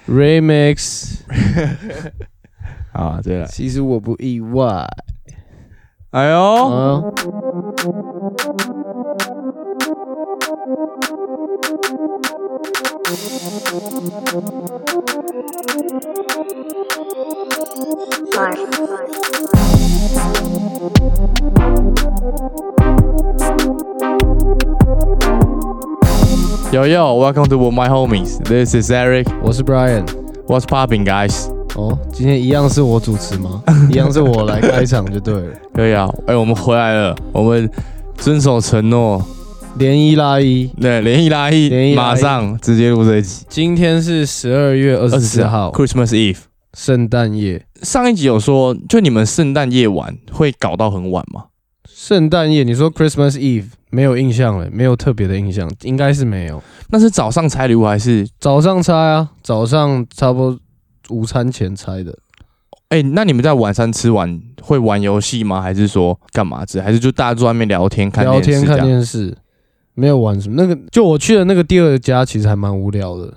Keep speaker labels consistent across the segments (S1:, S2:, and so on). S1: remix 好啊，对了，
S2: 其实我不意外。
S1: 哎呦，
S2: 哦，
S1: yo yo, welcome to my homies. This is Eric.
S2: 我是 Brian。
S1: What's popping, guys？
S2: 哦，今天一样是我主持吗？一样是我来开场就对了。
S1: 对呀、啊，哎、我们回来了，我们遵守承诺，
S2: 连一拉一，
S1: 对，连一拉
S2: 连
S1: 一，
S2: 一拉一
S1: 马上直接录这一集，
S2: 今天是十二月二十四号，
S1: ，Christmas Eve。
S2: 圣诞夜。
S1: 上一集有说，就你们圣诞夜晚会搞到很晚吗？
S2: 圣诞夜，你说 Christmas Eve 没有印象了，没有特别的印象，应该是没有。
S1: 那是早上拆礼物还是？
S2: 早上拆啊，早上差不多午餐前拆的。
S1: 哎、那你们在晚餐吃完会玩游戏吗？还是说干嘛之类？还是就大家坐在那边聊天、看
S2: 聊
S1: 电视
S2: 天
S1: 这
S2: 看
S1: 样？
S2: 电视，没有玩什么。那个就我去的那个第二家，其实还蛮无聊的，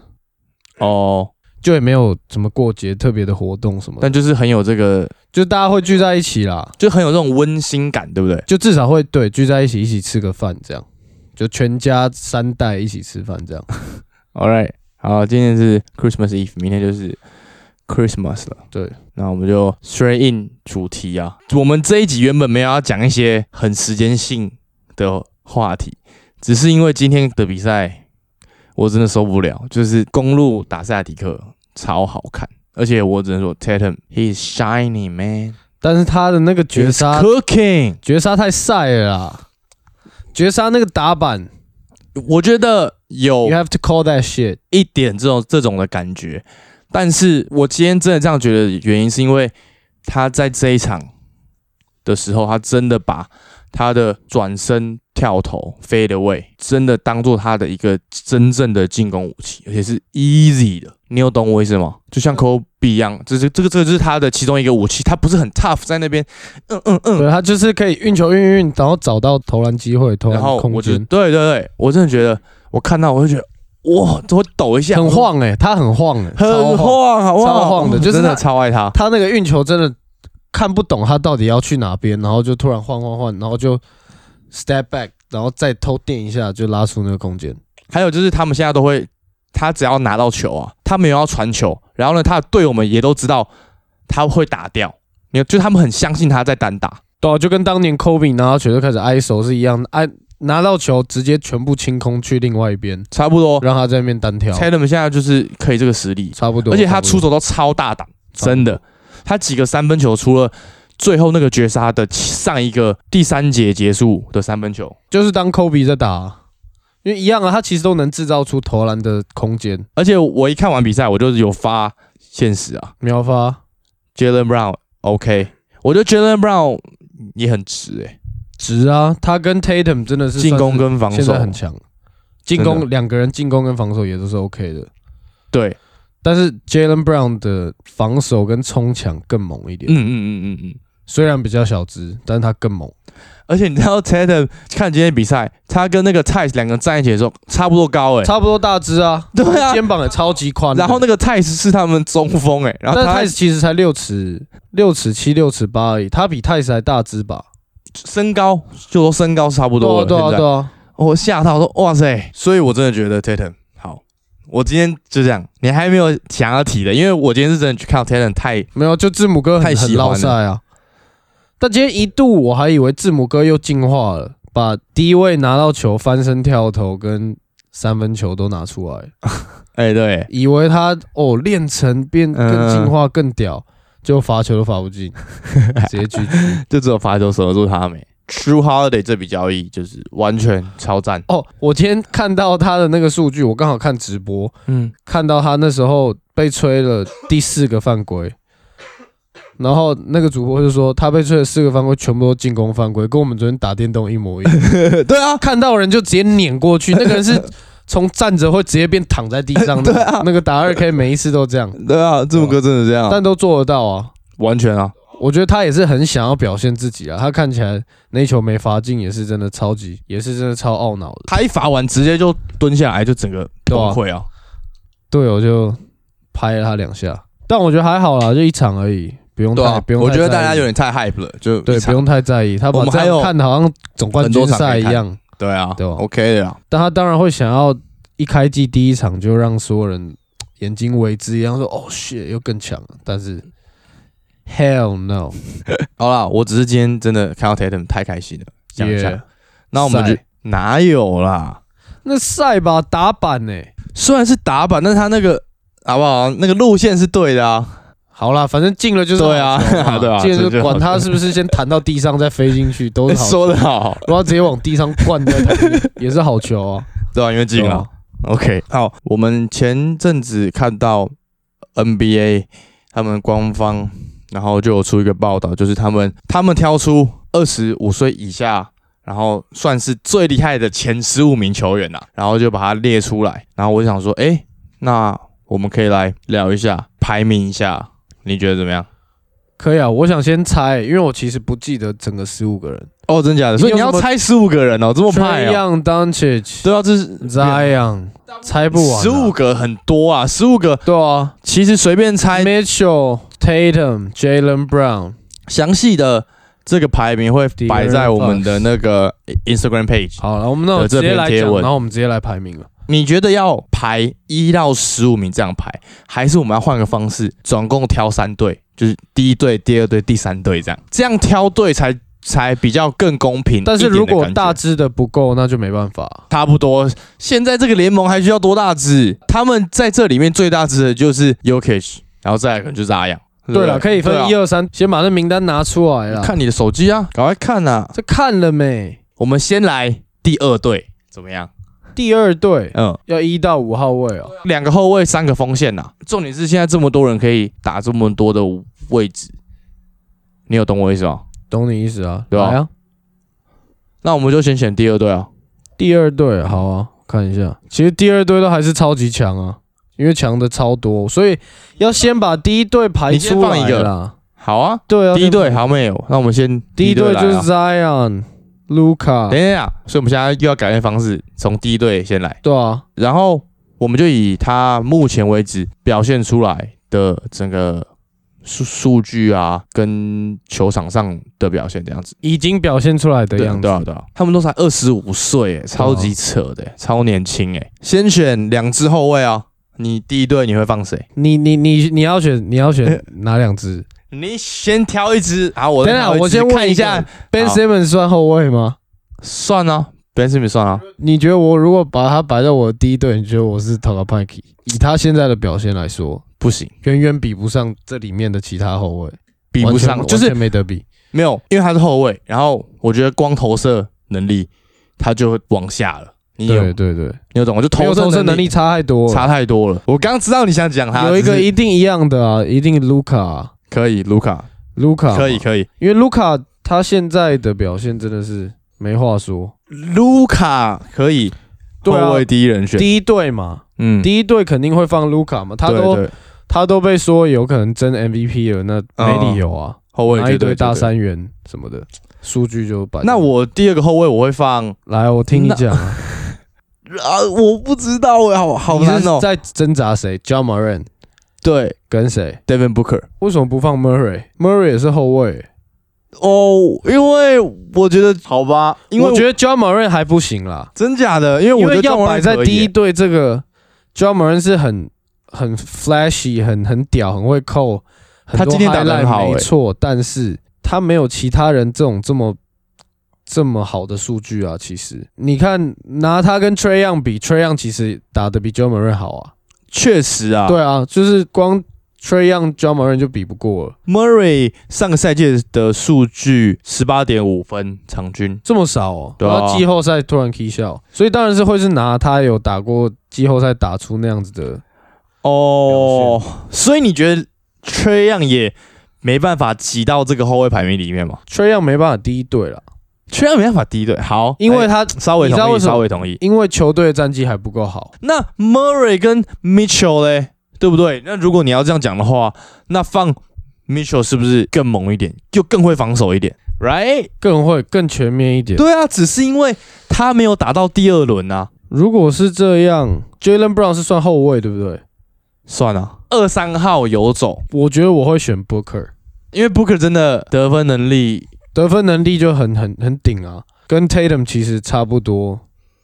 S1: 哦，
S2: 就也没有什么过节特别的活动什么的，
S1: 但就是很有这个，
S2: 就大家会聚在一起啦，
S1: 就很有这种温馨感，对不对？
S2: 就至少会对聚在一起一起吃个饭这样。就全家三代一起吃饭，这样
S1: All right，好，今天是 Christmas Eve，明天就是 Christmas 了。
S2: 对，
S1: 那我们就 straight in 主题啊。我们这一集原本没有要讲一些很时间性的话题，只是因为今天的比赛我真的受不了，就是公路打塞尔迪克超好看，而且我只能说 Tatum he's shining man，
S2: 但是他的那个绝
S1: He's
S2: 杀，
S1: cooking。
S2: 绝杀太晒了啦！绝杀那个打板
S1: 我觉得有
S2: ，You have to call that shit。
S1: 一点这种这种的感觉。但是我今天真的这样觉得，原因是因为他在这一场的时候，他真的把他的转身、跳投、飞的位，真的当做他的一个真正的进攻武器，而且是 easy 的。你有懂我意思吗？就像 Kobe 一样，这是这个这个就是他的其中一个武器，他不是很 tough 在那边，嗯嗯嗯，
S2: 对他就是可以运球运运，然后找到投篮机会、投
S1: 然后
S2: 篮空
S1: 我就
S2: 间，
S1: 对对对，我真的觉得我看到我就觉得哇，怎么抖一下，
S2: 很晃哎、他很晃哎、超
S1: 很晃，好不好？
S2: 超晃的
S1: 我
S2: 就是
S1: 真的
S2: 他
S1: 超爱他。
S2: 他那个运球真的看不懂他到底要去哪边，然后就突然换换换，然后就 step back，然后再偷垫一下就拉出那个空间。
S1: 还有就是他们现在都会，他只要拿到球啊，他没有要传球，然后呢，他的队友们也都知道他会打掉，你就他们很相信他在单打。
S2: 对啊、就跟当年 Kobe 拿到球就开始 ISO 是一样，哎，拿到球直接全部清空去另外一边，
S1: 差不多
S2: 让他在那边单挑，
S1: ，Tatum 现在就是可以这个实力，
S2: 差不多。
S1: 而且他出
S2: 差不多
S1: 手都超大胆，
S2: 差不多
S1: 真的。他几个三分球，除了最后那个绝杀的上一个第三节结束的三分球，
S2: 就是当 Kobe 在打啊、因为一样啊，他其实都能制造出投篮的空间。
S1: 而且我一看完比赛，我就是有发现实啊，
S2: 秒发
S1: Jalen Brown OK，我觉得 Jalen Brown 也很值哎、
S2: 值啊，他跟 Tatum 真的是
S1: 进攻
S2: 算是
S1: 跟防
S2: 现
S1: 守
S2: 在很强，进
S1: 真的
S2: 攻两个人进攻跟防守也都是 OK 的。
S1: 对，
S2: 但是 Jalen Brown 的防守跟冲抢更猛一点，
S1: 嗯嗯嗯嗯嗯。
S2: 虽然比较小只，但是他更猛。
S1: 而且你知道 Tatum 看今天比赛，他跟那个泰斯两个人站一起的时候差不多高哎、
S2: 差不多大只啊，
S1: 对啊
S2: 肩膀也超级宽的。
S1: 然后那个泰斯是他们中锋哎、然后
S2: 但是
S1: 他
S2: 泰斯其实才六尺六尺七、六尺八而已，他比泰斯还大只吧？
S1: 身高就说身高差不
S2: 对
S1: 多
S2: 啊，
S1: 了，
S2: 对啊，
S1: 现在
S2: 对啊。
S1: 我吓到我说哇塞，所以我真的觉得 Tatum 好。我今天就这样，你还没有想要提的，因为我今天是真的去看到 Tatum 太
S2: 没有，就字母哥
S1: 太
S2: 很
S1: 喜欢
S2: 很
S1: 了
S2: 老赛啊。但今天一度我还以为字母哥又进化了，把低位拿到球、翻身跳投跟三分球都拿出来，
S1: 哎、对，
S2: 以为他哦练成
S1: 嗯
S2: 变更进化更屌，就罚球都罚 不进，直接拒绝。
S1: 就只有罚球守得住他没。True Holiday 这笔交易就是完全超赞，
S2: 哦，我今天看到他的那个数据，我刚好看直播，
S1: 嗯，
S2: 看到他那时候被吹了第四个犯规，然后那个主播就说他被吹了四个犯规，全部都进攻犯规，跟我们昨天打电动一模一样。
S1: 对啊，
S2: 看到人就直接撵过去，那个人是从站着会直接变躺在地上的，那个打二 K 每一次都 这样，
S1: 对啊，字母哥真的这样，
S2: 但都做得到啊。
S1: 完全啊，
S2: 我觉得他也是很想要表现自己啊，他看起来那一球没罚进也是真的超级，也是真的超懊恼的。
S1: 啊他一罚完直接就蹲下来，就整个崩溃啊，
S2: 队友就拍了他两下，但我觉得还好啦，就一场而已，不用
S1: 对
S2: 太、
S1: 啊
S2: 不，用
S1: 我
S2: 太
S1: 觉得
S2: 在
S1: 大家
S2: 意
S1: 有点太 hype 了，就
S2: 对
S1: 一
S2: 不
S1: 场
S2: 用太在意，他把
S1: 我们
S2: 这
S1: 还
S2: 样
S1: 有
S2: 看的好像总冠
S1: 很多
S2: 军
S1: 场可以
S2: 赛一
S1: 看
S2: 样，
S1: 对啊，
S2: 对吧
S1: OK 的啦，
S2: 但他当然会想要一开季第一场就让所有人眼睛为之一样说哦 shit 又更强了，但是 hell no，
S1: 好啦，我只是今天真的看到 Tatum 太开心了，想一
S2: Yeah
S1: 下，那我们就
S2: 晒
S1: 哪有啦？
S2: 那赛吧打板欸呢、
S1: 虽然是打板，但是他那个好不好？那个路线是对的啊，
S2: 好啦，反正进了就是
S1: 对啊
S2: 好球嘛
S1: 对啊
S2: 进了
S1: 这
S2: 就
S1: 就
S2: 管
S1: 好
S2: 他是不是先弹到地上再飞进去都是好 球，
S1: 说得好，
S2: 然后直接往地上灌再弹进去也是好球啊，
S1: 对啊，因为进
S2: 对
S1: 了
S2: 啊。
S1: OK，好，我们前阵子看到 NBA 他们官方，然后就有出一个报道，就是他们他们挑出二十五岁以下，然后算是最厉害的前十五名球员啦、啊然后就把它列出来。然后我就想说，诶，那我们可以来聊一下，排名一下，你觉得怎么样？
S2: 可以啊，我想先猜，因为我其实不记得整个十五个人。
S1: 哦，真假的？所以你要猜十五个人哦，这么派哦？
S2: 样 d o n c i c
S1: 对啊，这是
S2: Zion，猜不完啊、
S1: 十五个很多啊，十五个
S2: 对啊
S1: 其实随便猜
S2: ，Mitchell、Tatum、Jalen Brown，
S1: 详细的这个排名会摆在我们的那个 Instagram page。
S2: 好了，我们那我
S1: 对
S2: 直
S1: 这
S2: 接
S1: 篇
S2: 来
S1: 贴
S2: 讲，
S1: 文
S2: 然后我们直接来排名了。
S1: 你觉得要排一到十五名这样排，还是我们要换个方式，总共挑三队，就是第一队、第二队、第三队这样，这样挑队才才比较更公平一点的
S2: 但
S1: 感
S2: 是
S1: 觉。
S2: 如果大只的不够，那就没办法。
S1: 差不多，现在这个联盟还需要多大只？他们在这里面最大只的就是 y o k i c 然后再来可能就是阿阳。
S2: 对了，可以分一
S1: 二，
S2: 二三，先把那名单拿出来了。
S1: 啊看你的手机啊，赶快看啊！
S2: 这看了没？
S1: 我们先来第二队怎么样？
S2: 第二队
S1: 嗯，
S2: 要一到五号位哦。
S1: 两个后卫，三个锋线呐、啊重点是现在这么多人可以打这么多的位置，你有懂我意思吗？
S2: 懂你意思啊？
S1: 对啊
S2: 来啊，
S1: 那我们就先选第二队啊。
S2: 第二队好啊，看一下，其实第二队都还是超级强啊，因为强的超多，所以要先把第一队排
S1: 你先
S2: 出
S1: 放
S2: 来
S1: 一个
S2: 啦。
S1: 好啊，
S2: 对啊，
S1: 第一队好没有，那我们先
S2: 第一队
S1: 来
S2: 就是
S1: 啊
S2: Zion、Luca，
S1: 等一下，所以我们现在又要改变方式，从第一队先来，
S2: 对啊，
S1: 然后我们就以他目前为止表现出来的整个数数据啊，跟球场上的表现这样子。
S2: 已经表现出来的
S1: 对啊
S2: 样
S1: 对啊
S2: 子。
S1: 对啊，他们都才二十五岁，哎，超级扯的，超年轻哎。先选两支后卫啊，你第一队你会放谁？
S2: 你你你你要选你要选哪两支？
S1: 你先挑一支，然后我
S2: 等
S1: 再
S2: 一下，
S1: 挑一支
S2: 我先
S1: 看
S2: 问
S1: 一下，
S2: ，Ben Simmons 算后卫吗？
S1: 算啊，Ben Simmons 算啊，
S2: 你觉得我如果把他摆在我的第一队，你觉得我是 t a k a p a k i 以他现在的表现来说，
S1: 不行，
S2: 远远比不上这里面的其他后卫，
S1: 比不
S2: 完全
S1: 上，
S2: 完
S1: 就
S2: 全
S1: 是
S2: 没得比。
S1: 没有，因为他是后卫，然后我觉得光投射能力他就会往下了，你有
S2: 对对对，
S1: 你有懂吗？就
S2: 没有
S1: 投
S2: 射
S1: 射
S2: 能力差太多了，
S1: 差太多了。我刚知道你想讲他，
S2: 有一
S1: 只
S2: 个
S1: 是
S2: 一定一样的啊，一定 Luca
S1: 可以，卢卡
S2: Luca
S1: 可以可以，
S2: 因为卢卡他现在的表现真的是没话说。
S1: 卢卡可以，
S2: 对啊
S1: 后卫第一人选，
S2: 第一队嘛，
S1: 嗯，
S2: 第一队肯定会放卢卡嘛，他
S1: 对
S2: 都
S1: 对
S2: 他都被说有可能争 MVP 了，那没理由啊，
S1: 后卫
S2: 拿
S1: 绝
S2: 一
S1: 对
S2: 堆大
S1: 绝对
S2: 三元什么的，数据就摆。
S1: 那我第二个后卫我会放，
S2: 来，我听你讲啊，
S1: 啊，我不知道哎，好 好
S2: 你
S1: 难
S2: 是
S1: 哦。
S2: 在挣扎谁 j a m a r a n
S1: 对
S2: 跟谁？
S1: ，Devin Booker。
S2: 为什么不放 Murray？Murray 也是后卫，
S1: 哦，因为我觉得好吧，因为
S2: 我觉
S1: 得
S2: 得 j a m a r a n 还不行啦，
S1: 真假的，因为
S2: 因
S1: 我
S2: 为
S1: 觉得
S2: 要
S1: John Wall
S2: 摆在
S1: 可以
S2: 第一队这个 j a m a r a n 是很很 flashy，很很屌，很会扣，
S1: 他今天打得很好
S2: highlight 没
S1: 欸
S2: 错，但是他没有其他人这种这么这么好的数据啊。其实你看，拿他跟 Trey Young 比，Trey Young 其实打得比 j a m a r a n 好啊。
S1: 确实啊，
S2: 对啊，就是光 Trey Young、j a m a r a n 就比不过了，
S1: Murray 上个赛季的数据十八点五分场均，
S2: 这么少哦。
S1: 对啊
S2: 然后季后赛突然 K 笑，所以当然是会是拿他有打过季后赛打出那样子的。
S1: 哦，所以你觉得 Trey Young 也没办法挤到这个后卫排名里面吗
S2: Trey Young 没办法第一队了，
S1: ？Trey Young 没办法第一队，好，
S2: 因为
S1: 哎
S2: 他
S1: 稍微
S2: 你知道
S1: 同
S2: 为
S1: 意，
S2: 什么
S1: 稍微同意。
S2: 因为球队的战绩还不够好，
S1: 那 Murray 跟 Mitchell 嘞，对不对？那如果你要这样讲的话，那放 Mitchell 是不是更猛一点，就更会防守一点？Right？
S2: 更会更全面一点。
S1: 对啊，只是因为他没有打到第二轮啊，
S2: 如果是这样，Jalen Brown 是算后卫对不对？
S1: 算了、二三号游走，
S2: 我觉得我会选 Booker，
S1: 因为 Booker 真的得分能力
S2: 得分能力就很很很顶啊，跟 Tatum 其实差不多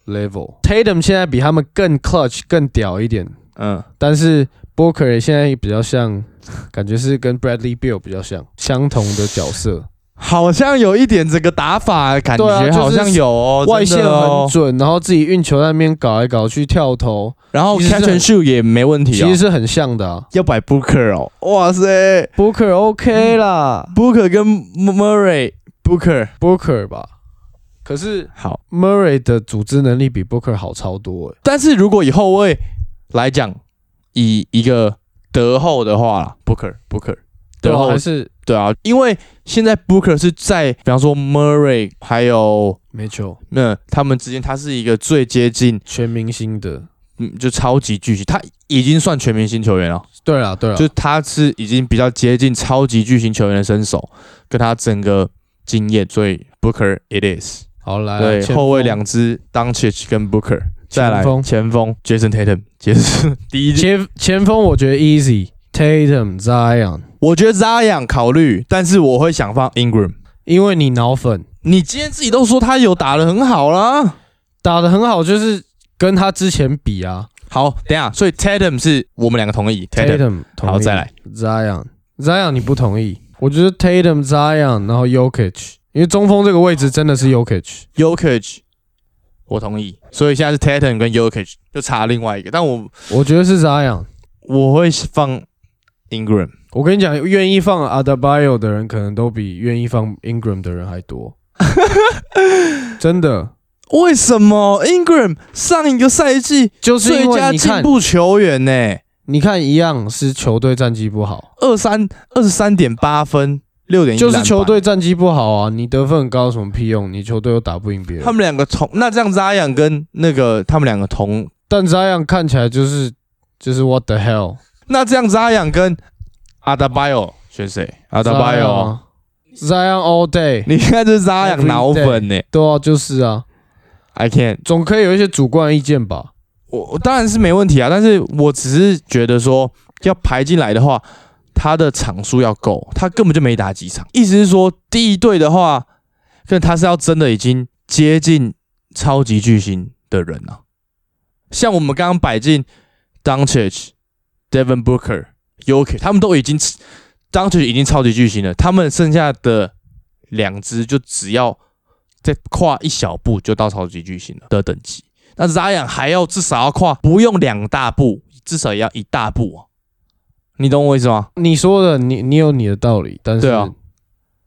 S2: level。Tatum 现在比他们更 clutch 更屌一点，
S1: 嗯，
S2: 但是 Booker 也现在比较像，感觉是跟 Bradley Beal 比较像，相同的角色，
S1: 好像有一点这个打法，感
S2: 对啊就
S1: 觉
S2: 是
S1: 好像有哦，
S2: 外
S1: 真
S2: 线
S1: 的
S2: 很
S1: 哦，
S2: 准，然后自己运球在那边搞来搞去跳投，
S1: 然后
S2: 其实是
S1: catch
S2: 很
S1: and shoot 也没问
S2: 其
S1: 题哦
S2: 实。是很像的啊。
S1: 要摆 Booker 哦，哇塞
S2: Booker OK 啦
S1: ，Booker 跟 Murray Booker
S2: ，Booker 吧，可是
S1: 好，
S2: Murray 的组织能力比 Booker 好超多、欸，
S1: 但是如果以后卫来讲，以一个德后的话啦，Booker Booker 德后
S2: 还是
S1: 对啊，因为现在 Booker 是在比方说 Murray 还有
S2: 没错，
S1: 嗯他们之间，他是一个最接近
S2: 全明星的。
S1: 嗯就超级巨星，他已经算全明星球员了。
S2: 对啊啦，对啦，
S1: 就他是已经比较接近超级巨星球员的身手，跟他整个经验，所以 Booker it is。
S2: 好来啊
S1: 对，
S2: 哎前锋
S1: 后卫两只 d u n c i c 跟 Booker，再来
S2: 前锋
S1: 前锋 Jason Tatum，杰是 第一。
S2: 前前锋，我觉得 easy Tatum Zion，
S1: 我觉得 Zion 考虑，但是我会想放 Ingram。
S2: 因为你脑粉
S1: 你今天自己都说他有打得很好啦。
S2: 打得很好，就是跟他之前比啊。
S1: 好，等一下，所以 Tatum 是我们两个同意 Tatum。
S2: Tatum 同意，
S1: 好，再来
S2: Zion Zion 你不同意？我觉得 Tatum Zion，然后 Yokich，因为中锋这个位置真的是 Yokich。
S1: Yokich，我同意。所以现在是 Tatum 跟 Yokich，就差另外一个，但我
S2: 我觉得是 Zion。
S1: 我会放 Ingram。
S2: 我跟你讲，愿意放 Adebayo 的人，可能都比愿意放 Ingram 的人 还多。真的，
S1: 为什么 Ingram 上一个赛季
S2: 就是
S1: 最
S2: 因为
S1: 佳
S2: 你
S1: 进
S2: 看，
S1: 步球员呢、
S2: 你看一样是球队战绩不好，
S1: 二三二十三点八分，六点
S2: 就是球队，战绩不好啊。你得分很高有什么屁用？你球队又打不赢别
S1: 他
S2: 人。
S1: 们两个同那这样 Zion 跟那个他们两个同，
S2: 但 Zion 看起来就是就是 What the hell？
S1: 那这样 Zion 跟 Adabayo 选谁？Adabayo，
S2: 啊 Zion all day，
S1: 你看这 Zion 脑粉呢、
S2: 对啊，就是啊。
S1: i can't，
S2: 总可以有一些主观意见吧？
S1: 我我当然是没问题啊，但是我只是觉得说要排进来的话，他的场数要够，他根本就没打几场。意思是说，第一队的话，跟他是要真的已经接近超级巨星的人啊，像我们刚刚摆进 d u n c i c Devin Booker、Yoki，他们都已经 d u n c i c 已经超级巨星了，他们剩下的两支就只要再跨一小步就到超级巨星了的等级。那 Zion 还要至少要跨，不用两大步，至少也要一大步、哦。你懂我意思吗？
S2: 你说的，你你有你的道理，但是
S1: 对啊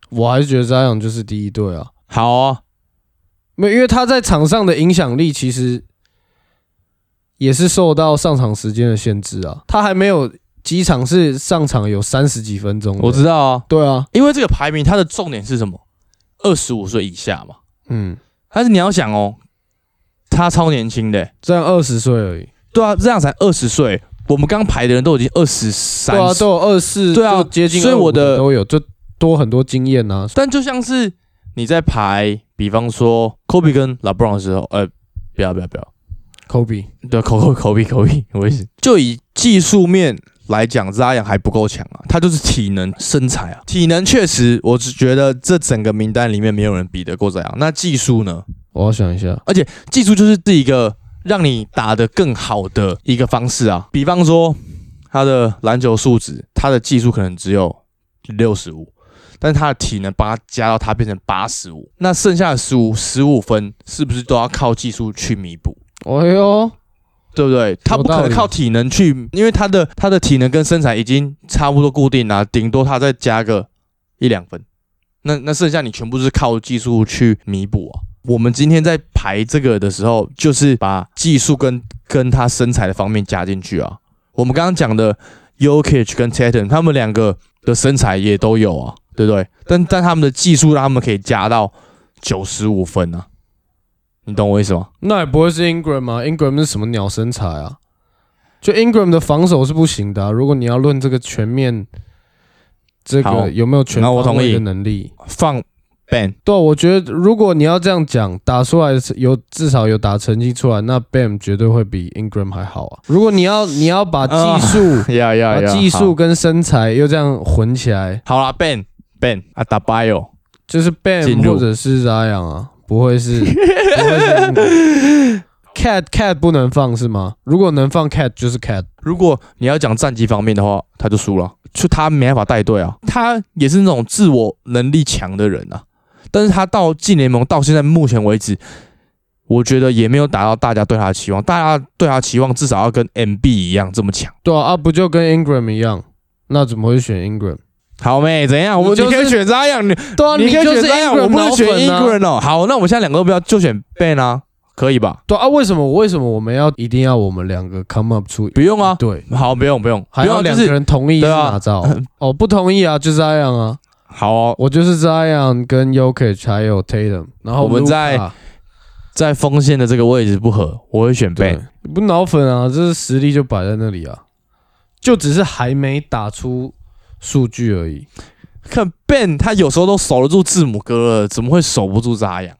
S2: 我还是觉得 Zion 就是第一队啊，
S1: 好啊，
S2: 没有，因为他在场上的影响力其实也是受到上场时间的限制啊，他还没有几场是上场有三十几分钟的，
S1: 我知道啊，
S2: 对啊，
S1: 因为这个排名它的重点是什么？二十五岁以下嘛。
S2: 嗯，
S1: 但是你要想哦，他超年轻的欸、
S2: 这样二十岁而已，
S1: 对啊，这样才二十岁。我们刚排的人都已经二十三
S2: 对，啊，都有二四，
S1: 对啊
S2: 就接近25
S1: 所以我的
S2: 都有，就多很多经验啊，
S1: 但就像是你在排，比方说 Kobe 跟 LeBron 的时候，呃，不要不要不要，
S2: Kobe
S1: 对，啊口口口鼻口鼻，我也是。就以技术面来讲，扎养还不够强啊，他就是体能、身材啊，体能确实，我只觉得这整个名单里面没有人比得过扎养。那技术呢？
S2: 我要想一下，
S1: 技术就是是一个让你打得更好的一个方式啊。比方说，他的篮球素质，他的技术可能只有六十五，但是他的体能帮他加到他变成八十五，那剩下的十五十五分是不是都要靠技术去弥补？
S2: 哎呦，
S1: 对不对？他不可
S2: 道
S1: 能
S2: 理
S1: 靠体能去，因为他的他的体能跟身材已经差不多固定啦、顶多他再加个一两分。那那剩下你全部是靠技术去弥补啊。我们今天在排这个的时候，就是把技术跟跟他身材的方面加进去啊。我们刚刚讲的 Yokich 跟 Tatum，他们两个的身材也都有啊，对不对？但但他们的技术让他们可以加到九十五分啊，你懂我意思吗？
S2: 那也不会是 Ingram 吗？Ingram 是什么鸟身材啊？就 Ingram 的防守是不行的啊、如果你要论这个全面，这
S1: 好
S2: 个有没有全
S1: 那我
S2: 方
S1: 同
S2: 位
S1: 意
S2: 的能力，
S1: 放 ban，
S2: 对啊，我觉得如果你要这样讲，打出来是有至少有打成绩出来，那 Bam 绝对会比 Ingram 还好啊。如果你要你要把技 术、
S1: 呀呀
S2: 把
S1: 呀，
S2: 啊技术跟身材又这样混起来，
S1: 好啦 ban ban 啊打 bio，
S2: 就是 Bam
S1: 进入
S2: 或者是 Zion 啊，不会 是不会是 Ingram。Cat Cat 不能放是吗？如果能放 Cat 就是 Cat，
S1: 如果你要讲战绩方面的话，他就输了，就他没办法带队啊。他也是那种自我能力强的人啊，但是他到进联盟到现在目前为止，我觉得也没有达到大家对他的期望。大家对他的期望至少要跟 MB 一样这么强。
S2: 对啊，啊不就跟 Ingram 一样，那怎么会选 Ingram？
S1: 好妹，怎样？我
S2: 你
S1: 们
S2: 就是
S1: 你可以选扎样，你
S2: 对啊，
S1: 你可以
S2: 就
S1: 选
S2: 是
S1: 扎样，我
S2: Ingram
S1: 不能
S2: 脑
S1: 选
S2: 粉啊
S1: Ingram 哦。好，那我们现在两个都不要，就选 Ben 啊，可以吧？
S2: 对啊，为什么为什么我们要一定要我们两个 come up 出？
S1: 不用啊，
S2: 对，
S1: 好，不用不用，不
S2: 还要
S1: 用就
S2: 两个
S1: 是
S2: 人同意是
S1: 对啊
S2: 哪招？ 哦，不同意啊，就这样啊。
S1: 好哦、
S2: 我就是这样跟 Yokic 还有 Tatum，然后
S1: 我们
S2: Luka
S1: 在在锋线的这个位置不合，我会选 Ben
S2: 对。，你不脑粉啊，这是实力就摆在那里啊，就只是还没打出数据而已。
S1: 看 Ben 他有时候都守得住字母哥了，怎么会守不住扎养？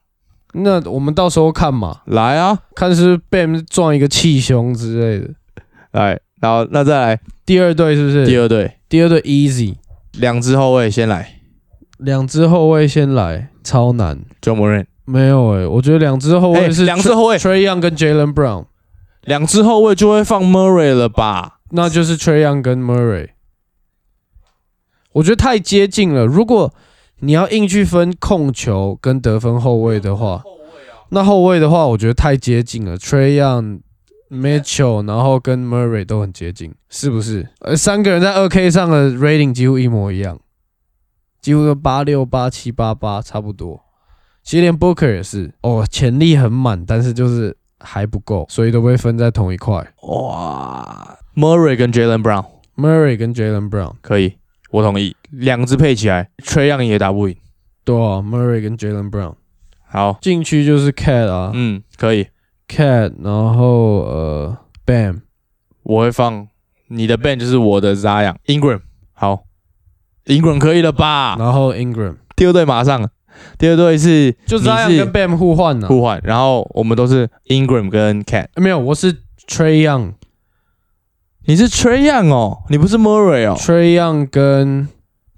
S2: 那我们到时候看嘛，
S1: 来啊，
S2: 看是 Bam 撞一个气胸之类的。
S1: 来，然后那再来
S2: 第二队是不是？
S1: 第二队，
S2: 第二队 Easy，
S1: 两支后卫先来
S2: 两支后卫先来，超难。
S1: j o m o r a n
S2: 没有诶、我觉得两支后卫是
S1: 哎两支后卫，
S2: Trey Young 跟 Jalen Brown，
S1: 两支后卫就会放 Murray 了吧？
S2: 那就是 Trey Young 跟 Murray。我觉得太接近了。如果你要硬去分控球跟得分后卫啊的话，那后卫的话，我觉得太接近了。Trey Young、Mitchell，然后跟 Murray 都很接近，是不是？呃，三个人在二 K 上的 rating 几乎一模一样，几乎都八六、八七、八八差不多。其实连 Booker 也是，哦，潜力很满，但是就是还不够，所以都被分在同一块。
S1: 哇，Murray 跟 Jalen Brown
S2: Murray 跟 Jalen Brown，
S1: 可以，我同意，两支配起来 t r e y o n 也打不赢。
S2: 对啊，Murray 跟 Jalen Brown
S1: 好，
S2: 禁区就是 Cat 啊、
S1: 嗯，可以，
S2: c a t 然后呃 Bam，
S1: 我会放你的 Ben 就是我的扎养 Ingram，好，Ingram 可以了吧？
S2: 然后 Ingram，
S1: 第二队马上，第二队是
S2: 就
S1: 你
S2: 这样
S1: 是
S2: 跟 Bam 互换呢、
S1: 互换，啊然后我们都是 Ingram 跟 Cat。
S2: 欸没有，我是 Trey Young，Trey
S1: 你是 Trey Young 哦，你不是 Murray 哦？
S2: Young 跟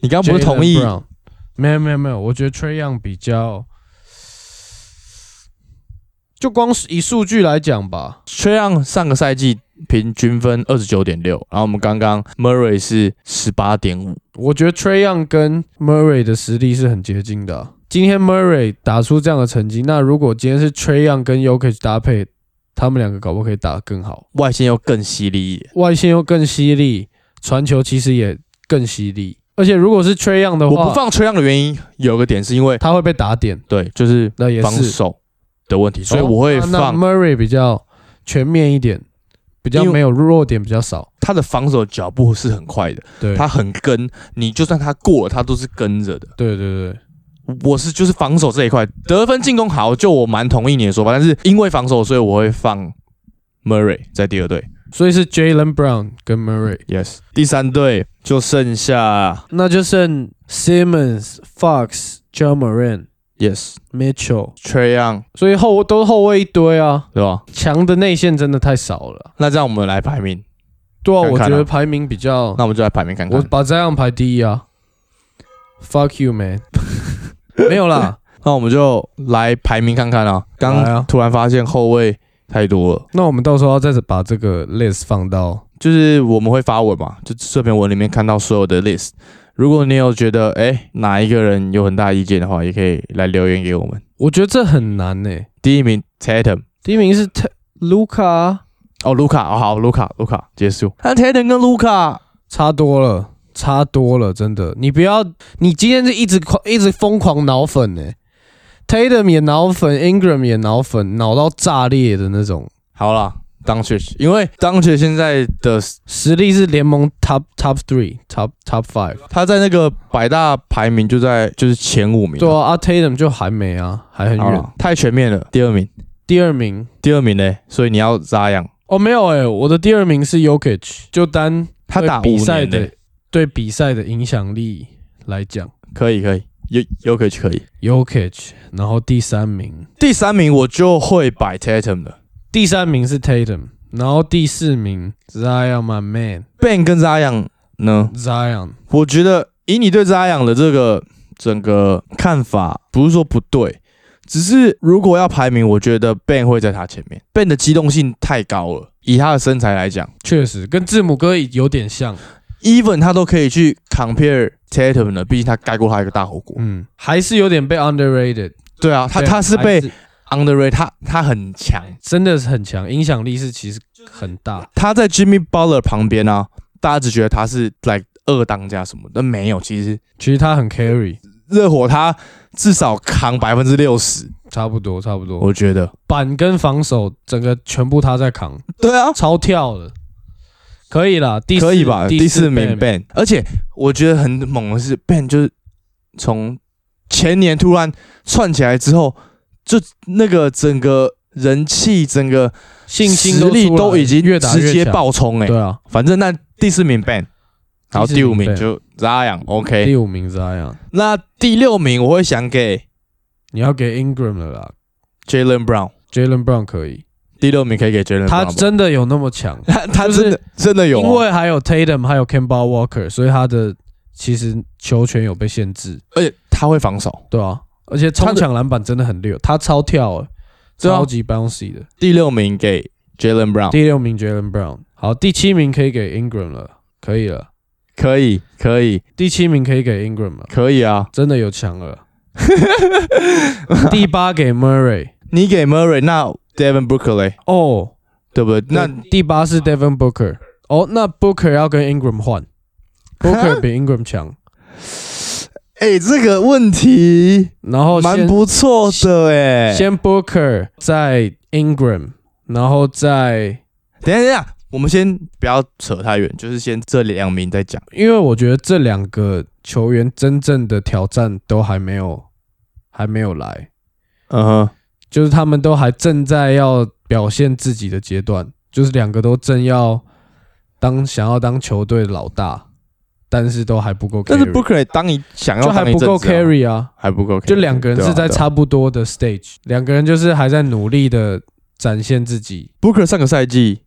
S1: 你刚刚不是同意
S2: Jaylen Brown？没有没有没有，我觉得 Trey Young 比较，就光是以数据来讲吧，
S1: ？Trey Young 上个赛季平均分二十九点六，然后我们刚刚 Murray 是十八点五，
S2: 我觉得 Trey Young 跟 Murray 的实力是很接近的啊、今天 Murray 打出这样的成绩，那如果今天是 Trey Young 跟 Yokic 搭配，他们两个搞不好可以打得更好，
S1: 外线又更犀利一点。
S2: 外线又更犀利，传球其实也更犀利。而且如果是 Trey Young 的
S1: 我
S2: 话，
S1: 不放 Trey Young 的原因有个点是因为
S2: 他会被打点，
S1: 对，就是
S2: 那也
S1: 防
S2: 是
S1: 守的问题，所以我会
S2: 哦那那
S1: 放
S2: Murray 比较全面一点，比较
S1: 因为
S2: 没有弱点比较少。
S1: 他的防守脚步是很快的，
S2: 对，
S1: 他很跟，你就算他过了，他都是跟着的。
S2: 对对对，
S1: 我是就是防守这一块，得分进攻好，就我蛮同意你的说法，但是因为防守，所以我会放 Murray 在第二队。
S2: 所以是 Jalen Brown 跟 Murray，
S1: Yes，第三队就剩下
S2: 那就剩 Simmons、Fox、John Moran、
S1: Yes
S2: Mitchell，
S1: Trey Young
S2: 所以后都后卫一堆啊，
S1: 对吧？
S2: 强的内线真的太少了。
S1: 那这样我们来排名，
S2: 对啊，
S1: 看
S2: 我
S1: 看啊
S2: 觉得排名比较，
S1: 那我们就来排名看
S2: 我
S1: 看。
S2: 把这样排第一啊。Fuck you man，没有啦。
S1: 那我们就来排名看看啊。
S2: 来啊
S1: 刚突然发现后卫太多了，
S2: 那我们到时候要再把这个 list 放到
S1: 就是我们会发文嘛，就这篇文里面看到所有的 list。如果你有觉得哎、哪一个人有很大意见的话，也可以来留言给我们。
S2: 我觉得这很难呢、
S1: 第一名 Tatum，
S2: 第一名是 T- Luca，
S1: 哦，卢卡，哦好，卢卡，卢卡结束。那 Tatum 跟卢卡，
S2: 差多了，差多了，真的。你不要，你今天是一直狂，一直疯狂脑粉呢、Tatum 也脑粉，Ingram 也脑粉，脑到炸裂的那种，
S1: 好啦 d u n c h 因为 d u n c h 现在的
S2: 实力是联盟 top top three top top five。
S1: 他在那个百大排名就在就是前五名，
S2: 对啊，啊 Tatum 就还没啊，还很
S1: 好啦，
S2: 远。
S1: 太全面了。第二名，
S2: 第二名
S1: 第二名嘞，所以你要扎样，
S2: 哦，没有哎、我的第二名是 Yokic，就单
S1: 他
S2: 对
S1: 打五
S2: 比赛
S1: 年
S2: 的
S1: 的，
S2: 对比赛的影响力来讲，
S1: 可以可以。有 u k i 可以。
S2: Yokich，然后第三名，
S1: 第三名我就会摆 Tatum 了
S2: 第三名是 Tatum，然后第四名 Zion my man，Zion
S1: ，Ben 跟 Zion 呢？我觉得以你对 Zion 的这个整个看法，不是说不对，只是如果要排名，我觉得 Ben 会在他前面。Ben 的机动性太高了，以他的身材来讲
S2: 确实跟字母哥有点像。
S1: ，even 他都可以去 compare Tatum 的，毕竟他盖过他一个大火锅。
S2: 嗯，还是有点被 underrated。
S1: 对啊，他
S2: 对
S1: 他是被
S2: 还
S1: underrated，他他很强。
S2: 真的是很强，影响力是其实很大。
S1: 他在 Jimmy Butler 旁边啊，大家只觉得他是 like 二当家什么的，但没有。其实
S2: 其实他很 carry，
S1: 热火他至少扛百分之六十，
S2: 差不多差不多。
S1: 我觉得。
S2: 板跟防守整个全部他在扛，
S1: 对啊，
S2: 超跳的，可以啦，第四
S1: 可以吧？第四名
S2: Ben
S1: Ben，而且我觉得很猛的是 Ben 就是从前年突然窜起来之后，就那个整个人气、整个
S2: 信心
S1: 实力
S2: 出来
S1: 都已经
S2: 越打越
S1: 直接
S2: 强，
S1: 爆冲哎、
S2: 对啊，
S1: 反正那第四名 Ben，然后第五名
S2: 第四
S1: 就 Zion OK，
S2: 第五名是 Zion，
S1: 那第六名我会想给
S2: 你要给 Ingram 了啦
S1: Jalen Brown，
S2: ，Jalen Brown 可以，
S1: 第六名可以给 Jalen Brown 吧。
S2: 他 真的有那么强，
S1: 他他
S2: 就是
S1: 真的真的有
S2: 因
S1: 哦、
S2: 为还有 Tatum 还有 Kemba Walker，所以他的其实球权有被限制，
S1: 而且他会防守。
S2: 对啊，而且
S1: 他
S2: 冲
S1: 的
S2: 抢篮板真的很溜，他超跳、欸，
S1: 对啊
S2: 超级 bouncy 的。
S1: 第六名给 Jalen Brown，
S2: 第六名 Jalen Brown，好，第七名可以给 Ingram 了，可以了，
S1: 可以可以
S2: 第七名可以给 Ingram 了，
S1: 可以啊！
S2: 真的有 强了。第八给 Murray，
S1: 你给 Murray，那 Devin Booker 嘞，
S2: 哦，
S1: 对不对？那
S2: 第八是 Devin Booker，哦，那 Booker 要跟 Ingram 换，Booker 比 Ingram 强，
S1: 哎、这个问题
S2: 然后
S1: 蛮
S2: 哦先
S1: 不错的哎、
S2: 先 Booker 再 Ingram，然后再，
S1: 等一下等一下，我们先不要扯太远，就是先这两名再讲。
S2: 因为我觉得这两个球员真正的挑战都还没有还没有来，
S1: 嗯哼，
S2: 就是他们都还正在要表现自己的阶段，就是两个都正要当想要当球队的老大，但是都还不够 carry，
S1: 但是 Booker 也当你想要
S2: 就还
S1: 当一
S2: 不够
S1: 阵子啊
S2: carry 啊，
S1: 还不够 carry，
S2: 就两个人
S1: 对啊
S2: 是在
S1: 对啊
S2: 差不多的 stage，两个人就是还在努力的展现自己，
S1: Booker 上个赛季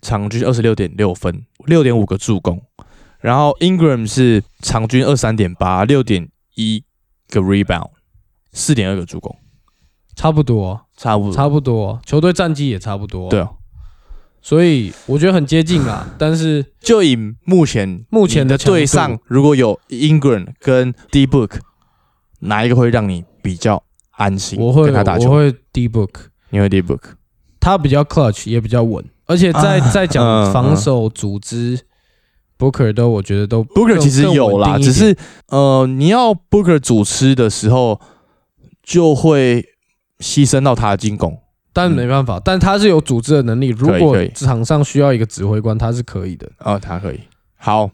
S1: 场均二十六点六分，六点五个助攻，然后 Ingram 是场均二三点八，六点一个 rebound，四点二个助攻，
S2: 差不多，
S1: 差不多。
S2: 差不多，球队战绩也差不
S1: 嗯
S2: 多，
S1: 对，啊，
S2: 所以我觉得很接近啦，但是
S1: 就以目前
S2: 目前
S1: 你
S2: 的
S1: 的
S2: 强度
S1: 对上，如果有 Ingram 跟 D Book，哪一个会让你比较安心？
S2: 我会
S1: 跟他打
S2: 我
S1: 球，
S2: 会 D book。
S1: 你会 D Book，
S2: 他比较 clutch，也比较稳，而且在
S1: 啊
S2: 在讲
S1: 嗯
S2: 防守组织，Booker 都我觉得都
S1: Booker
S2: 更
S1: 其实有啦，
S2: 更稳定一
S1: 只
S2: 点
S1: 是呃，你要 Booker 主吃的时候，就会牺牲到他的进攻。
S2: 但没办法，但他是有组织的能力。如
S1: 嗯可以
S2: 果
S1: 可以
S2: 场上需要一个指挥官，他是可以的。
S1: 哦，他可以。好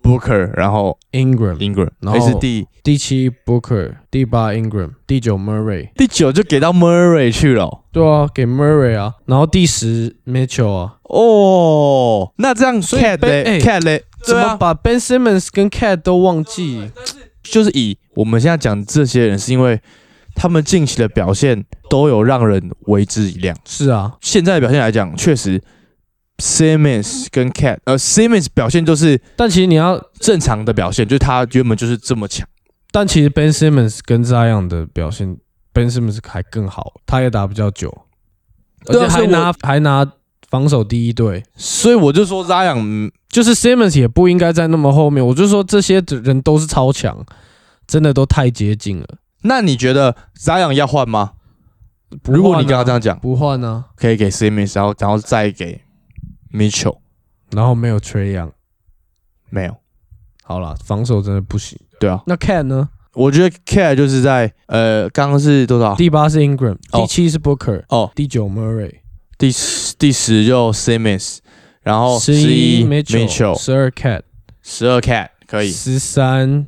S1: ，Booker，然后
S2: Ingram
S1: Ingram，
S2: 然
S1: 还
S2: 后
S1: 是第
S2: 第七 Booker，第八 Ingram，第九 Murray，
S1: 第九就给到 Murray 去了哦。
S2: 对啊，给 Murray 啊，然后第十 Mitchell 啊，
S1: 哦，那这样
S2: 所以
S1: Cat
S2: 被哎
S1: 嘞，Cat 嘞，
S2: 怎
S1: 对
S2: 么
S1: 啊，
S2: 把 Ben Simmons 跟 Cat 都忘记？
S1: 就是以我们现在讲这些人，是因为他们近期的表现都有让人为之一亮。
S2: 是啊，
S1: 现在的表现来讲，确实 Simmons 跟 Cat，呃，Simmons 表现就是
S2: 但其实你要，
S1: 正常的表现，就是他原本就是这么强。
S2: 但其实 Ben Simmons 跟 Zion 的表现，Ben Simmons 还更好，他也打比较久，而
S1: 对啊
S2: 且
S1: 所以
S2: 还
S1: 我
S2: 拿还拿防守第一队。
S1: 所以我就说 Zion 嗯
S2: 就是 Simmons 也不应该在那么后面。我就说这些人都是超强，真的都太接近了。
S1: 那你觉得 Zion 要换吗？
S2: 不换
S1: 如
S2: 啊
S1: 果你跟他这样讲，
S2: 不换啊呢、
S1: 可以给 Simmons，然后然后再给 Mitchell，
S2: 然后没有 Trey Young，
S1: 没有，
S2: 好了，防守真的不行。
S1: 对啊，
S2: 那 Cat 呢？
S1: 我觉得 Care 就是在呃，刚刚是多少？
S2: 第八是 Ingram，
S1: 哦
S2: 第七是 Booker，
S1: 哦，
S2: 第九 Murray，
S1: 第十第十就 Simmons，然后
S2: 十
S1: 哦十
S2: 一
S1: 一
S2: Mitchell，
S1: Mitchell，
S2: 十二 Cat，
S1: 十二 Cat 可以
S2: 十三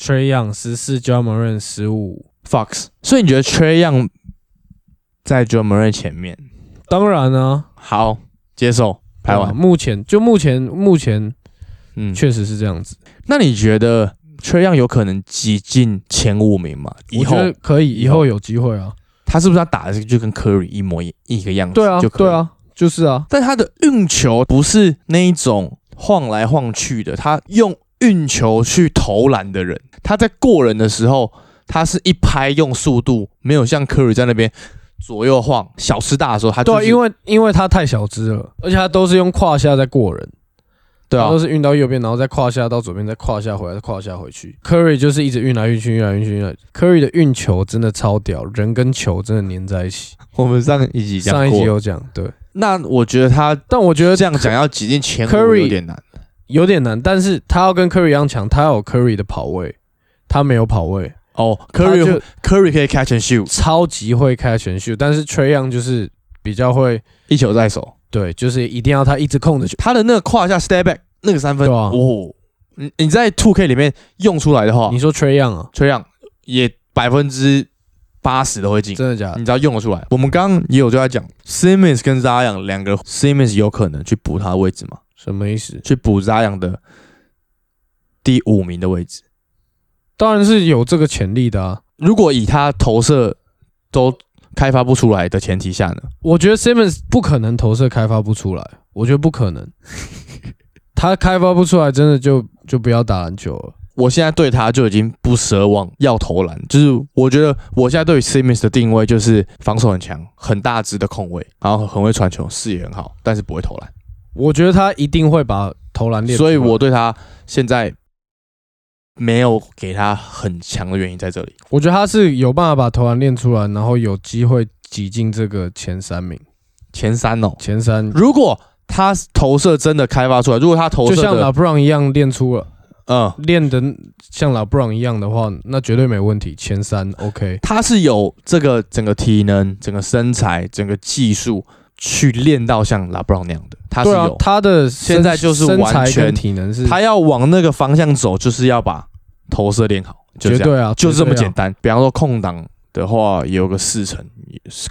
S2: Trey Young，十四 j a m a r a n 十五。
S1: Fox，所以你觉得 Trey Young 在 j o m a r a n 前面？
S2: 当然啊，
S1: 好，接受排
S2: 对啊
S1: 完，
S2: 目前就目前目前
S1: 嗯，
S2: 确实是这样子。
S1: 那你觉得缺样有可能挤进前五名嘛？以
S2: 我
S1: 后
S2: 觉得可以，以
S1: 后
S2: 后有机会啊。
S1: 他是不是他打的就跟科瑞一模一一个样子？
S2: 对啊，
S1: 就可以
S2: 对。啊，就是啊，
S1: 但他的运球不是那一种晃来晃去的，他用运球去投篮的人，他在过人的时候，他是一拍用速度，没有像科瑞在那边左右晃。小吃大的时候，他
S2: 对
S1: 就
S2: 啊，
S1: 是
S2: 因为因为他太小只了，而且他都是用胯下在过人，
S1: 对
S2: 他
S1: 啊
S2: 都，是运到右边，然后再胯下到左边，再胯下回来，再胯下回去。Curry 就是一直运来运去，运来运去，运来。Curry 的运球真的超屌，人跟球真的粘在一起。
S1: 我们上一集讲过，
S2: 上一集有讲，对，
S1: 那我觉得他
S2: 但我觉得
S1: 这样讲要挤进前五
S2: Curry-
S1: 有点难。
S2: 有点难，但是他要跟 Curry 一样强，他要有 Curry 的跑位，他没有跑位
S1: 哦
S2: 他
S1: ，Curry
S2: 就
S1: Curry 可以 catch and shoot，
S2: 超级会开全秀，但是 Trey Young 就是比较会，
S1: 一球在手，
S2: 对，就是一定要他一直控着球。
S1: 他的那个胯下 step back 那个三分，
S2: 对啊
S1: 哦，你你在 Two K 里面用出来的话
S2: 你，说 Trey Young 啊，
S1: 这样也百分之八十都会进。
S2: 真的假的？
S1: 你只要用得出来，我们刚刚也有就在讲，Simmons 跟 Zion 两个 Simmons 有可能去补他的位置嘛，
S2: 什么意思？
S1: 去补 Zion 的第五名的位置。
S2: 当然是有这个潜力的啊。
S1: 如果以他投射都开发不出来的前提下呢，
S2: 我觉得 Simmons 不可能投射开发不出来，我觉得不可 能。他开发不出来，真的就就不要打篮球了。
S1: 我现在对他就已经不奢望要投篮，就是我觉得我现在对于 Simmons 的定位就是防守很强、很大只的控卫，然后很会传球，视野很好，但是不会投篮。
S2: 我觉得他一定会把投篮练出来。
S1: 所以我对他现在没有给他很强的原因在这里。
S2: 我觉得他是有办法把投篮练出来，然后有机会挤进这个前三名。
S1: 前三哦，
S2: 前三
S1: 如果他投射真的开发出来，如果他投
S2: 就
S1: 射
S2: 像老
S1: 的，
S2: 布朗一样练出了，
S1: 嗯，
S2: 练的像老布朗一样的话，那绝对没问题。前三 OK，
S1: 他是有这个整个体能、整个身材、整个技术去练到像拉布朗那样的，他是
S2: 对啊
S1: 有，。
S2: 他的
S1: 现在就是
S2: 身身
S1: 完
S2: 材
S1: 全
S2: 跟体能是
S1: 他要往那个方向走，就是要把投射练好，就
S2: 绝
S1: 这样，
S2: 对啊，
S1: 就是这么
S2: 绝对啊
S1: 简单。比方说空档的话，有个四成，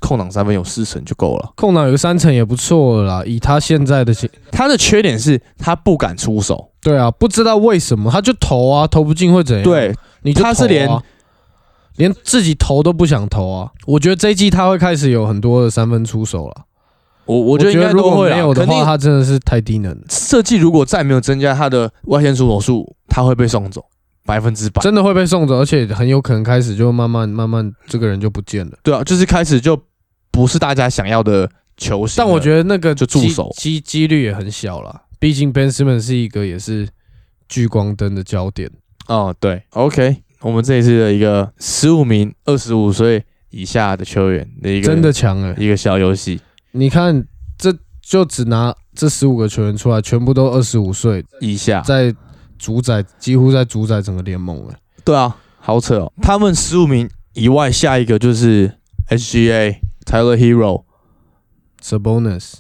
S1: 空档三分有四成就够了。
S2: 空档有个三层也不错了啦，以他现在的情，
S1: 他的缺点是他不敢出手，
S2: 对啊，不知道为什么他就投啊，投不进会怎样？，
S1: 对
S2: 你就投啊
S1: 他是连
S2: 连自己投都不想投啊。我觉得这一季他会开始有很多的三分出手了。
S1: 我我
S2: 我
S1: 觉得应该
S2: 如
S1: 都
S2: 果
S1: 会
S2: 没有
S1: 啦，
S2: 的
S1: 肯
S2: 话，
S1: 定
S2: 他真的是太低能了，
S1: 设计如果再没有增加他的外线出手数，他会被送走百分之百。
S2: 真的会被送走，而且很有可能开始就慢慢慢慢这个人就不见了。
S1: 对啊，就是开始就不是大家想要的球星了。
S2: 但我觉得那个
S1: 就助
S2: 机
S1: 手
S2: 机几率也很小啦，毕竟 Ben Simmons 是一个也是聚光灯的焦点。
S1: 得，哦，对，OK，我们这一次的一个十五名二十五岁以下的球员的一个
S2: 真的强哎、
S1: 一个小游戏，
S2: 你看，这就只拿这十五个球员出来，全部都二十五岁，
S1: 以下，
S2: 在主宰几乎在主宰整个联盟了。
S1: 对啊，好扯哦。他们十五名以外，下一个就是 SGA、Tyler Hero、
S2: Sabonis，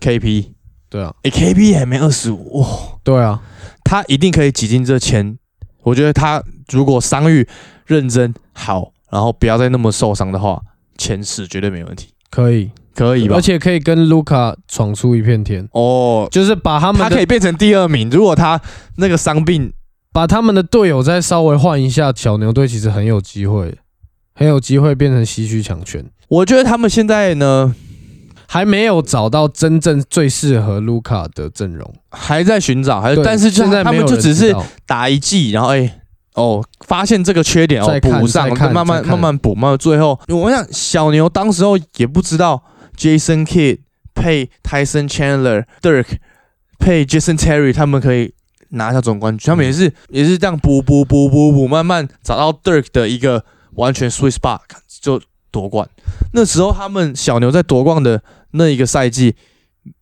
S1: KP，
S2: 对啊，
S1: 诶 k p 还没二十五哇。
S2: 对啊，
S1: 他一定可以挤进这前。我觉得他如果伤愈认真好，然后不要再那么受伤的话，前十绝对没问题，
S2: 可以，
S1: 可以吧
S2: 而？且可以跟 Luca 闯出一片天，
S1: 哦，
S2: 就是把
S1: 他
S2: 他们
S1: 可
S2: 的
S1: 以变成第二名。如果他那个伤病，
S2: 把他们的队友再稍微换一下，小牛队其实很有机会，很有机会变成西区强权。
S1: 我觉得他们现在呢
S2: 还没有找到真正最适合 Luca 的阵容，
S1: 还在寻找，还
S2: 对
S1: 呃但是就
S2: 现在
S1: 他
S2: 没
S1: 们
S2: 有
S1: 就
S2: 人
S1: 只
S2: 知
S1: 是
S2: 道
S1: 打一季，然后哎、哦，发现这个缺点哦
S2: 再，看
S1: 补上，
S2: 再看
S1: 慢慢
S2: 再看
S1: 慢慢补，慢慢最后，我想小牛当时候也不知道 Jason Kidd 配 Tyson Chandler、Dirk 配 Jason Terry 他们可以拿下总冠军，他们也
S2: 嗯
S1: 是、也是这样补补补补补，慢慢找到 Dirk 的一个完全 sweet spot 就夺冠。那时候他们小牛在夺冠的那一个赛季，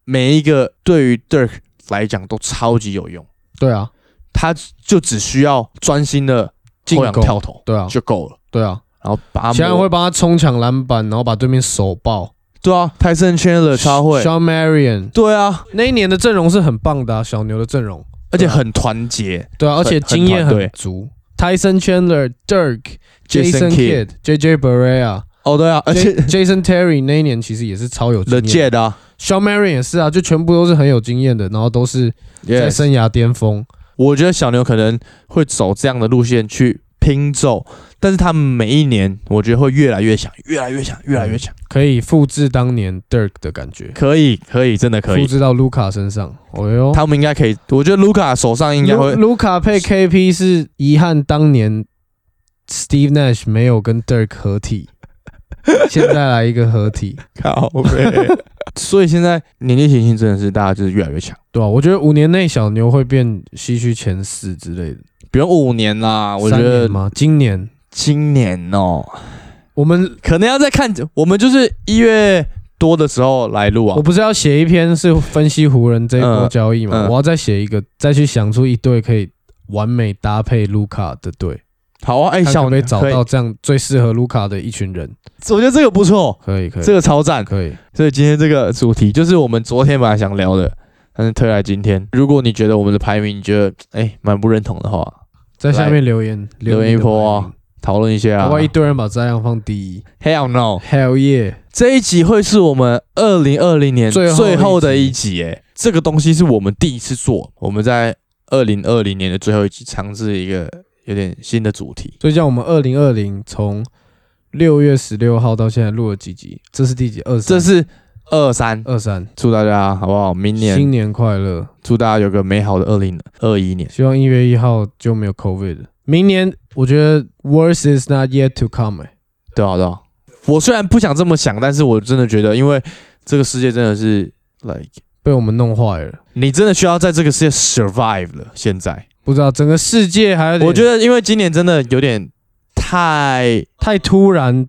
S1: 每一个对于 Dirk 来讲都超级有用。
S2: 对啊，
S1: 他就只需要专心的后仰
S2: 进攻
S1: 跳投
S2: 对啊，
S1: 就够了，
S2: 对啊，
S1: 然后把他
S2: 其他人
S1: 磨
S2: 会帮他冲抢篮板，然后把对面手爆。
S1: 对啊，泰森圈了超会，
S2: Sean Marion
S1: 对啊，
S2: 那一年的阵容是很棒的、啊，小牛的阵容，
S1: 而且很团结
S2: 对啊，而
S1: 很
S2: 且经验
S1: 很
S2: 很
S1: 团
S2: 足。Tyson Chandler、Dirk、Jason
S1: Kidd
S2: Kidd、JJ Barea、
S1: 哦对啊，而且
S2: J- Jason Terry 那一年其实也是超有
S1: The
S2: 经验。
S1: Jet 啊
S2: Sean Marion 也是啊，就全部都是很有经验的，然后都是在
S1: y
S2: 生涯巅峰。
S1: 我觉得小牛可能会走这样的路线去拼凑，但是他们每一年，我觉得会越来越强，越来越强，越来越强。
S2: 可以复制当年 Dirk 的感觉，
S1: 可以，可以，真的可
S2: 复
S1: 以。
S2: 制到卢卡身上。哦哟，
S1: 他们应该可以，我觉得卢卡手上应该会，
S2: 卢卡配 KP 是遗憾，当年 Steve Nash 没有跟 Dirk 合 体，现在来一个合体，
S1: 靠背。 所以现在年纪行性真的是大家就是越来越强，
S2: 对啊，我觉得五年内小牛会变西区前四之类的。
S1: 不用五年啦，啊我觉
S2: 三
S1: 得
S2: 年吗？今年
S1: 今年哦、
S2: 我们
S1: 可能要再看，我们就是一月多的时候来录啊
S2: 我。不是要写一篇是分析湖人这一波
S1: 嗯
S2: 交易嘛？
S1: 嗯
S2: 我要再写一个，再去想出一队可以完美搭配卢卡的队，
S1: 好啊，哎、
S2: 看可
S1: 小
S2: 不可
S1: 牛
S2: 以找到这样最适合卢卡的一群人。
S1: 我觉得这个不错，
S2: 可以，可以，
S1: 这个超赞。
S2: 可以。
S1: 所以今天这个主题就是我们昨天本来想聊的，但是推来今天。如果你觉得我们的排名你觉得哎蛮、不认同的话，
S2: 在下面留言，
S1: 留言
S2: 言
S1: 一波啊讨论一下
S2: 另
S1: 啊。
S2: 外一堆人把扎样放第一
S1: Hell no！
S2: ，Hell yeah！
S1: 这一集会是我们二零二零年
S2: 最后一集
S1: 最后的一集，哎，这个东西是我们第一次做，我们在二零二零年的最后一集尝试一个有点新的主题。
S2: 所以像我们二零二零从六月十六号到现在录了几集？这是第几？二
S1: 这是二三，
S2: 二三，
S1: 祝大家好不好？明
S2: 新
S1: 年
S2: 年快乐！
S1: 祝大家有个美好的二零二一年。
S2: 希望一月一号就没有 COVID 了。明年我觉得 worse is not yet to come、欸。
S1: 对啊，对啊。我虽然不想这么想，但是我真的觉得，因为这个世界真的是，like，
S2: 被我们弄坏了，
S1: 你真的需要在这个世界 survive 了。现在，
S2: 不知道整个世界还有点
S1: 我觉得，因为今年真的有点太，
S2: 太突然，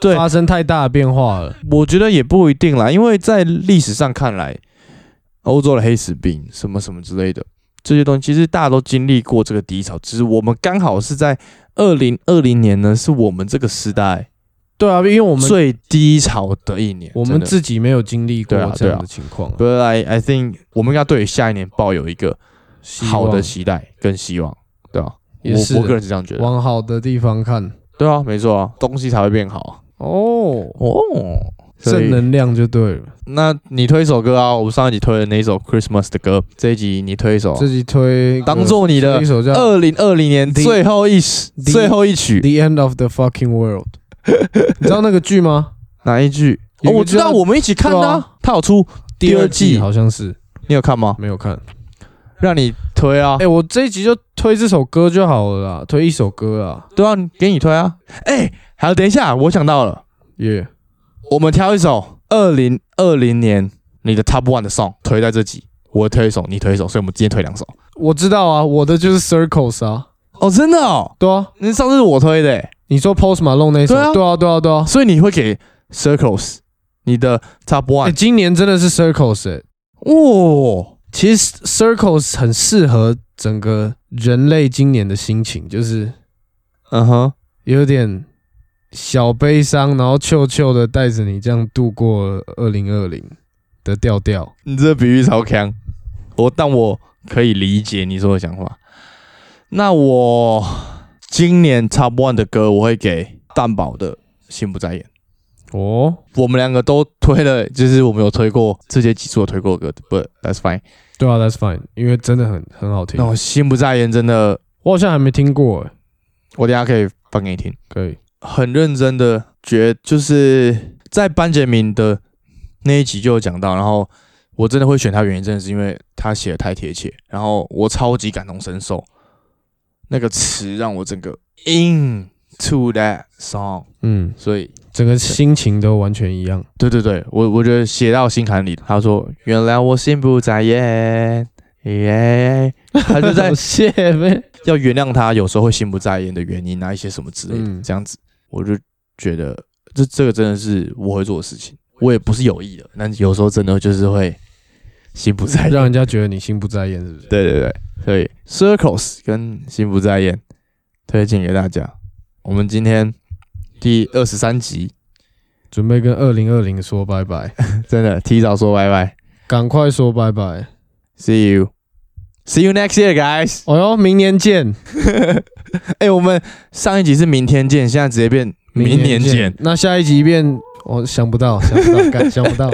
S1: 对
S2: 发生太大的变化了。
S1: 我觉得也不一定啦，因为在历史上看来，欧洲的黑死病什么什么之类的这些东西，其实大家都经历过这个低潮，只是我们刚好是在二零二零年呢，是我们这个时代
S2: 对啊，因为我们
S1: 最低潮的一年。
S2: 我
S1: 真
S2: 们
S1: 的
S2: 自己没有经历过
S1: 对啊
S2: 这
S1: 对
S2: 样的
S1: 啊
S2: 情况、啊，
S1: But I I think 我们应该对于下一年抱有一个
S2: 希
S1: 好的
S2: 望
S1: 期待跟希望，对啊，
S2: 也是
S1: 我我个人是这样觉得，
S2: 往好的地方看
S1: 对啊，没错啊，东西才会变好
S2: 哦，
S1: 哦。所
S2: 正
S1: 以，
S2: 能量就对了。
S1: 那你推一首歌啊？我们上一集推了那一首 Christmas 的歌，这一集你推一首啊，
S2: 自己推一个
S1: 当做你
S2: 推
S1: 的
S2: 一首叫《
S1: 二零二啊零年
S2: The-
S1: 最后一时
S2: The-
S1: 最后一曲
S2: The End of the Fucking World》，你 知道那个剧吗？
S1: 哪一句？哦，
S2: 有一个
S1: 我知道，
S2: 叫
S1: 我们一起看的
S2: 对
S1: 啊，它有出，第二季啊
S2: 好像是
S1: 你有看吗？
S2: 没有看。
S1: 让你推啊
S2: 哎、，我这一集就推这首歌就好了啦，推一首歌啊，
S1: 对啊，给你推啊。哎，还有，等一下，我想到了。
S2: 耶、
S1: 我们挑一首二零二零年你的 Top One 的 song 推在这集，我推一首，你推一首，所以我们今天推两首。
S2: 我知道啊，我的就是 Circles 啊，
S1: 哦，真的哦，
S2: 对啊，
S1: 那上次是我推的欸，
S2: 你说 Post Malone 那一首，
S1: 对啊
S2: 对啊，对啊，对啊。
S1: 所以你会给 Circles 你的 Top
S2: 哎、
S1: One
S2: 今年真的是 Circles 哎、
S1: 哦，
S2: 其实 Circles 很适合整个人类今年的心情，就是
S1: 嗯哼，
S2: 有点小悲伤，然后臭臭的带着你这样度过二零二零的调调。
S1: 你这比喻超强，我但我可以理解你说的想法。那我今年 Top One 的歌我会给蛋宝的《心不在焉》。
S2: 哦，
S1: 我们两个都推了，就是我们有推过这些集数有推过的歌，But that's fine。
S2: 对啊，That's fine，因为真的很很好听
S1: 那。我心不在焉，真的，
S2: 我好像还没听过哎、
S1: 我等一下可以放给你听。
S2: 可以。
S1: 很认真的觉，就是在班杰明的那一集就有讲到，然后我真的会选他，原因真的是因为他写的太贴切，然后我超级感同身受，那个词让我整个嗯 into that song，
S2: 嗯，
S1: 所以
S2: 整个心情都完全一样。
S1: 对对对，我我觉得写到心坎里。他说：“原来我心不在焉。”耶，他就 在
S2: 谢 呗。
S1: 要原谅他有时候会心不在焉的原因啊，一些什么之类的，
S2: 嗯
S1: 这样子，我就觉得这这个真的是我会做的事情，我也不是有意的，但有时候真的就是会心不在
S2: 让
S1: 焉。
S2: 人家觉得你心不在焉，是不是？
S1: 对对对，所以 circles 跟心不在焉推荐给大家。我们今天第二十三集，
S2: 准备跟二零二零说拜拜，
S1: 真的提早说拜拜
S2: 赶快说拜拜。
S1: ，see you，see you next year guys。
S2: 哦哟，明年见，
S1: 哎、我们上一集是明天见，现在直接变明年见，
S2: 那下一集变，我想不到，想不到，敢想不到。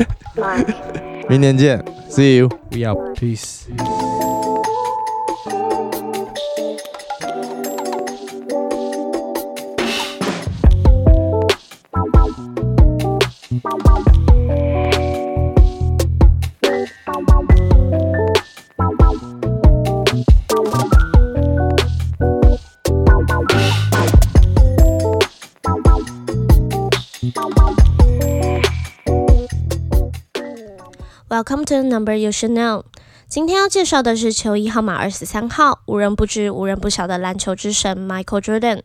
S1: 明年见，see you。
S2: We out, peace.
S3: Welcome to the number you should know。今天要介绍的是球衣号码二十三号，无人不知、无人不晓的篮球之神 Michael Jordan。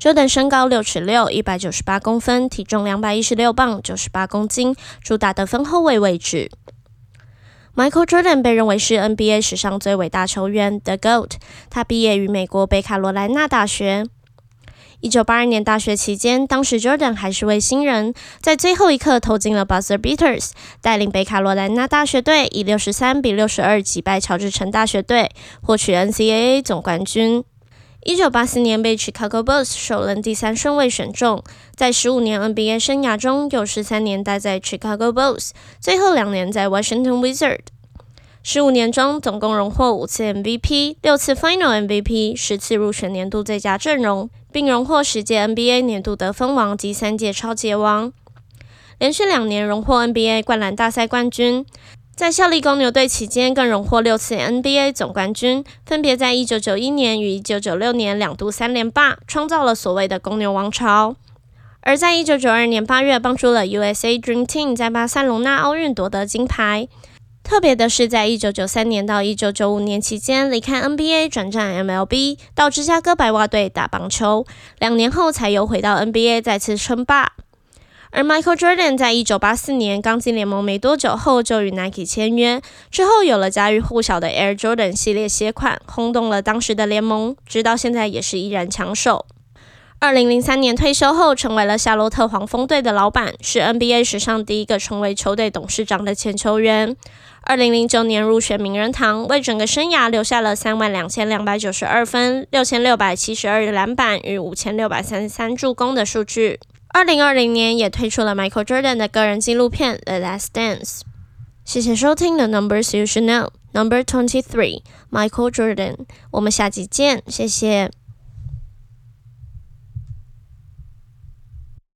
S3: Jordan 身高六尺六，一百九十八公分，体重两百一十六磅，九十八公斤，主打得分后卫位置。Michael Jordan 被认为是 NBA 史上最伟大球员 The GOAT。他毕业于美国北卡罗来纳大学。一九八二年大学期间，当时 Jordan 还是位新人，在最后一刻投进了 buzzer beaters，带领北卡罗来纳大学队以六十三比六十二击败乔治城大学队，获取 NCAA 总冠军。一九八四年被 Chicago Bulls 首轮第三顺位选中，在十五年 NBA 生涯中，有十三年待在 Chicago Bulls，最后两年在 Washington Wizard。十五年中，总共荣获五次 MVP、六次 Final MVP、十次入选年度最佳阵容，并荣获十届 NBA 年度得分王及三届超级王，连续两年荣获 NBA 灌篮大赛冠军。在效力公牛队期间，更荣获六次 NBA 总冠军，分别在1991年与1996年两度三连霸，创造了所谓的公牛王朝。而在1992年8月，帮助了 USA Dream Team 在巴塞隆纳奥运夺得金牌。特别的是，在1993年到1995年期间，离开 NBA 转战 MLB，到芝加哥白袜队打棒球，两年后才又回到 NBA 再次称霸。而 Michael Jordan 在1984年刚进联盟没多久后就与 Nike 签约，之后有了家喻户晓的 Air Jordan 系列鞋款，轰动了当时的联盟，直到现在也是依然抢手。2003年退休后，成为了夏洛特黄蜂队的老板，是 NBA 史上第一个成为球队董事长的前球员。2009年入选名人堂，为整个生涯留下了3万两千两百九十二分、六千六百七十二篮板与五千六百三十三助攻的数据。二零二零年也推出了 Michael Jordan 的个人纪录片《The Last Dance》。谢谢收听《The Numbers You Should Know》Number Twenty Three Michael Jordan。我们下集见，谢谢。